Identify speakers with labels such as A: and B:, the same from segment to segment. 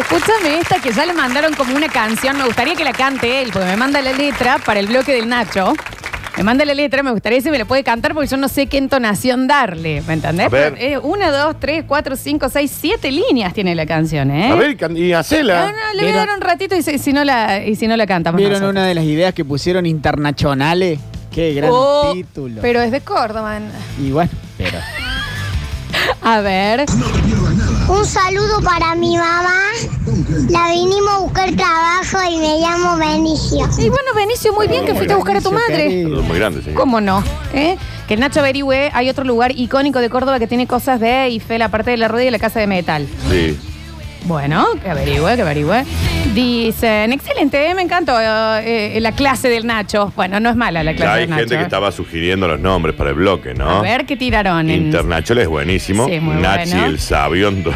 A: Escúchame esta que ya le mandaron como una canción. Me gustaría que la cante él, porque me manda la letra para el bloque del Nacho. Me manda la letra, me gustaría si me la puede cantar porque yo no sé qué entonación darle, ¿me entendés?
B: A ver.
A: Eh, una, dos, tres, cuatro, cinco, seis, siete líneas tiene la canción, ¿eh?
B: A ver, can- y
A: No, no, le
B: hacela.
A: voy a
C: ¿Vieron?
A: dar un ratito y si, si no, la, y si no la cantamos.
C: ¿Vieron
A: nosotros.
C: una de las ideas que pusieron internacionales? Qué gran
A: Oh,
C: título.
A: Pero es de Córdoba.
C: Y bueno, pero.
A: A ver.
D: Un saludo para mi mamá. La vinimos a buscar trabajo y me llamo Benicio.
A: Y bueno, Benicio, muy bien que fuiste a buscar a tu
C: Benicio,
A: madre.
C: querido.
B: Saludos muy grande, señor.
A: ¿Cómo no? ¿Eh? Que Nacho averigüe, hay otro lugar icónico de Córdoba que tiene cosas de Eiffel, aparte de la rueda y la casa de metal.
B: Sí.
A: Bueno, que averigüe, que averigüe. Dicen, excelente, ¿eh? me encantó eh, eh, la clase del Nacho. Bueno, no es mala la
B: Ya
A: clase
B: hay
A: del Nacho.
B: gente que estaba sugiriendo los nombres para el bloque, ¿no?
A: A ver qué tiraron en...
B: International es buenísimo.
A: Sí, muy
B: Nachi
A: bueno.
B: el sabio.
A: Nacho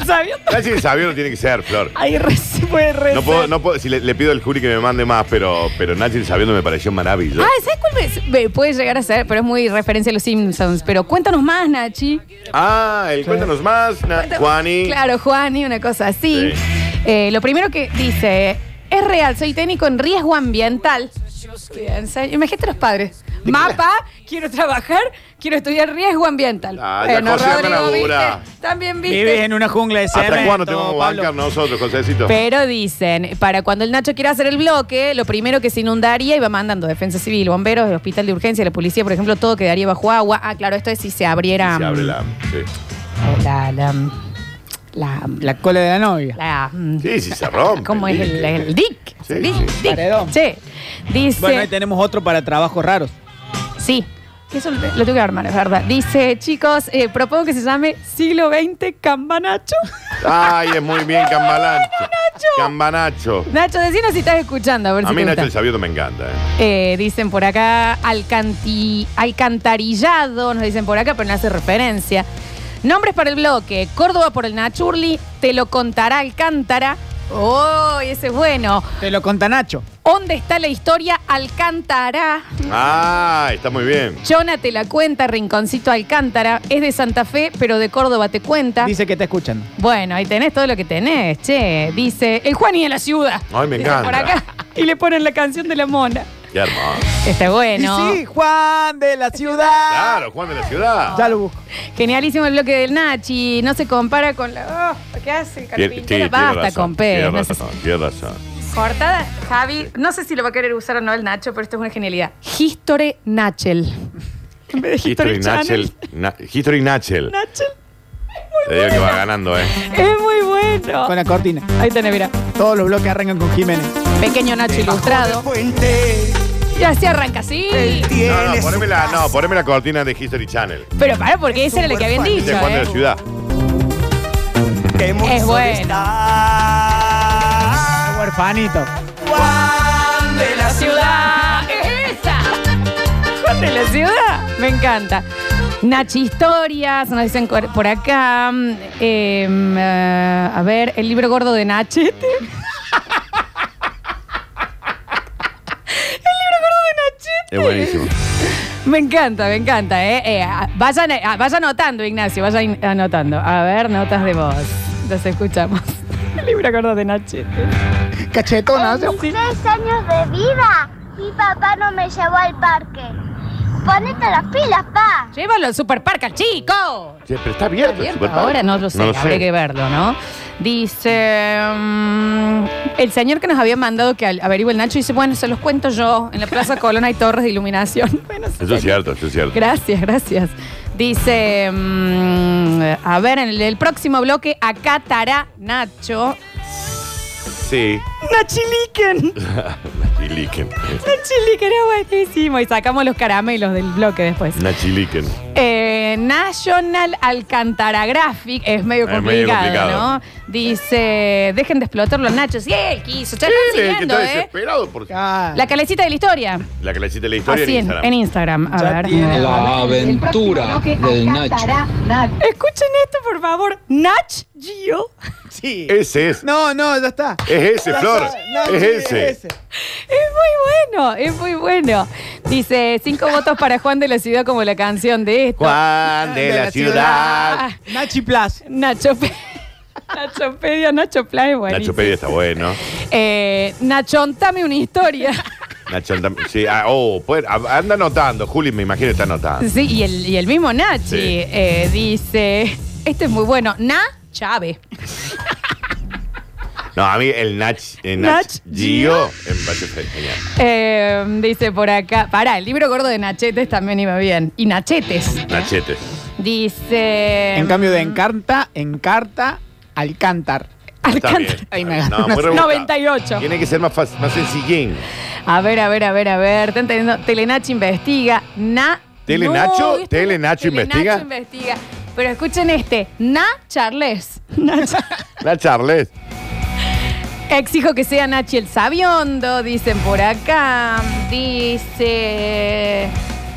A: el sabio.
B: Nachi el sabio no tiene que ser, Flor.
A: Ay, re, se puede re-
B: No puedo, no puedo, si le, le pido al jury que me mande más, pero, pero Nachi el sabiendo me pareció maravilloso.
A: Ah, ¿sabes cuál me- me puede llegar a ser? Pero es muy referencia a los Simpsons. Pero cuéntanos más, Nachi.
B: Ah, el cuéntanos más, Na-
A: Cuéntanos-
B: Juani.
A: Claro, Juani, una cosa así.
B: Sí.
A: Eh, lo primero que dice, es real, soy técnico en riesgo ambiental. Bien, se- Imagínate los padres. Mapa, quiero trabajar, quiero estudiar riesgo ambiental.
B: Ah, ya José anda a laburar.
A: ¿viste? También
C: Vives
A: viste.
C: en una jungla de cemento.
B: ¿Hasta cuándo te vamos a
C: Pablo?
B: bancar nosotros, Josecito?
A: Pero dicen, para cuando el Nacho quiera hacer el bloque, lo primero que se inundaría iba mandando defensa civil, bomberos, el hospital de urgencia, la policía, por ejemplo, todo quedaría bajo agua. Ah, claro, esto es si se abriera. mm,
B: Se abre la. Sí,
A: La. La. La.
C: La cola de la novia.
A: la- mm,
B: sí, sí, se rompe.
A: ¿Cómo es el, el dick?
B: Sí,
A: dick,
B: sí.
A: dick.
C: Paredón.
A: Sí. Dice.
C: Bueno, ahí tenemos otro para trabajos raros.
A: sí. Eso lo lo tengo que armar, es verdad. Dice, chicos, eh, propongo que se llame siglo XX Cambanacho.
B: Ay, es muy bien, Cambalacho. Cambanacho.
A: Nacho, decinos si estás escuchando. A, ver
B: A
A: si
B: mí
A: te
B: Nacho
A: gusta.
B: el Sabiondo me encanta. eh.
A: Eh, dicen por acá alcanti- alcantarillado, nos dicen por acá, pero no hace referencia. Nombres para el bloque, Córdoba por el Nachurli, te lo contará Alcántara. ¡Oh, ese es bueno!
C: Te lo conta Nacho.
A: ¿Dónde está la historia? Alcántara.
B: Ah, está muy bien.
A: Chona te la cuenta, Rinconcito Alcántara. Es de Santa Fe, pero de Córdoba te cuenta.
C: Dice que está escuchando.
A: bueno, ahí tenés todo lo que tenés, che. Dice, el Juani de la ciudad.
B: Ay, me
A: Dice
B: encanta.
A: Por acá. Y le ponen la canción de la mona.
B: Qué hermoso.
A: Está bueno.
C: Y sí, Juan de la ciudad.
B: Claro, Juan de la ciudad.
C: Ya lo busco.
A: Genialísimo el bloque del Nachi. No se compara con la. Oh, ¿Qué hace el
B: Tien-
A: carpintero?
B: sí, tiene
A: Basta
B: razón,
A: con P.
B: Tiene
A: No sé-
B: razón, tiene razón.
A: Cortada, Javi. No sé si lo va a querer usar o no el Nacho, pero esto es una genialidad. History Nachel. En vez de
B: History
A: Channel.
B: Nachel. Na- History Nachel.
A: Nachel.
B: Te digo que va ganando, ¿eh?
A: Es muy bueno.
C: Con la cortina.
A: Ahí tenés, mira.
C: Todos los bloques arrancan con Jiménez.
A: Pequeño Nacho ilustrado. Y así arranca así.
B: No, no, poneme la, no, poneme la cortina de History Channel.
A: Pero para, porque ese era lo que habían dicho.
B: De Juan de
A: ¿eh?
B: la ciudad.
A: Es bueno.
C: Huerfanito.
A: de la ciudad. ¡Es esa! Juan de la ciudad. Me encanta. Nachi Historias, nos dicen cor- por acá. mm, eh, mm, eh, a ver, el libro gordo de Nachete. el libro gordo de Nachete.
B: Es buenísimo.
A: Me encanta, me encanta, ¿eh? Eh, ah, vayan, eh, ah, vaya anotando, Ignacio, vaya in- anotando. A ver, notas de voz. Las escuchamos. El libro gordo de Nachete.
C: Cachetona.
D: Tres años de vida. Mi papá no me llevó al parque. Ponete las pilas, pa.
A: Llévalo al superparque al chico.
B: Sí, pero está abierto. el
A: Abierto,
B: supermercado.
A: Ahora no lo sé, habría que verlo, ¿no? Dice mm, el señor que nos había mandado que al- averigüe el Nacho dice, bueno, se los cuento yo. En la Plaza Colón hay torres de iluminación. Bueno, sí,
B: Eso es cierto, eso es cierto.
A: Gracias, gracias. Dice, mm, a ver, en el, el próximo bloque acá estará Nacho.
B: Sí.
A: Nachiliquen.
B: Nachiliquen.
A: Nachiliquen es buenísimo. Y sacamos los caramelos del bloque después.
B: Nachiliquen.
A: Eh, National Alcantara Graphic es medio
B: Es
A: complicado,
B: medio complicado.
A: ¿no? Dice, dejen de explotarlo, Nacho. Sí, él quiso. Ya están
B: Sí, el que
A: siguiendo,
B: está
A: ¿eh?
B: desesperado por
A: La calecita de la historia.
B: La que le hiciste la historia
A: Así
B: en
A: en,
B: Instagram.
A: en Instagram. A
C: Ya
A: ver.
C: tiene
E: La aventura del Nacho.
A: Escuchen esto, por favor. Nach Gio.
C: Sí.
B: Ese es.
C: No, no, ya está.
B: Es ese,
C: Ya
B: Flor.
C: está. No,
B: es
C: sí,
A: Es
B: ese.
A: muy bueno, es muy bueno. Dice, cinco votos para Juan de la Ciudad como la canción de esto. Ah,
B: Juan de, la, Ah, ciudad.
C: Nachi Plus.
A: Nacho Pe- Nachopedia, Nacho Pla es buenísimo.
B: Nacho Pedia está bueno.
A: Eh, Nachontame una historia.
B: Nacho Antam- sí, ah, oh, puede- a- anda anotando. Juli, me imagino, está anotando.
A: Sí, y el, y el mismo Nachi
B: Sí.
A: eh, dice, este es muy bueno, Na Chávez.
B: No, a mí el Nach, eh, Nach
A: Nach
B: Gio, me parece genial.
A: Eh, dice por acá, pará, el libro gordo de Nachetes también iba bien. Y Nachetes.
B: Nachete.
A: Dice...
C: En cambio de Encarta, Encarta, Alcántar.
B: Está
A: Alcántara.
B: bien.
C: Ahí me agarró
B: muy
C: una-
B: rebuscado.
A: 98.
B: Tiene que ser más, fácil, más sencillín.
A: A ver, a ver, a ver, a ver. Están teniendo. Telenacho investiga. Na.
B: ¿Tele Nacho?
A: ¿viste?
B: ¿Tele Nacho investiga?
A: investiga. Pero escuchen este. Na Charles. Na Cha-
B: La Charles.
A: Exijo que sea Nachi el sabiondo, dicen por acá. Dice.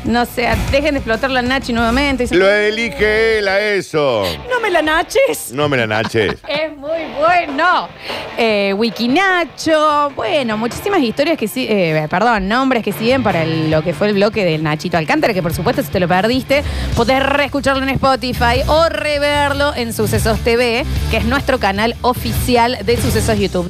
A: No sé, dejen de explotar la Nachi nuevamente. Dicen,
B: Lo elige él a eso.
A: ¡No me la naches!
B: No me la naches.
A: Es muy bueno. Eh, Wikinacho. Bueno, muchísimas historias que sí. eh, perdón, nombres que siguen para el- lo que fue el bloque del Nachito Alcántara, que por supuesto, si te lo perdiste, podés reescucharlo en Spotify o reverlo en Sucesos TV, que es nuestro canal oficial de Sucesos YouTube.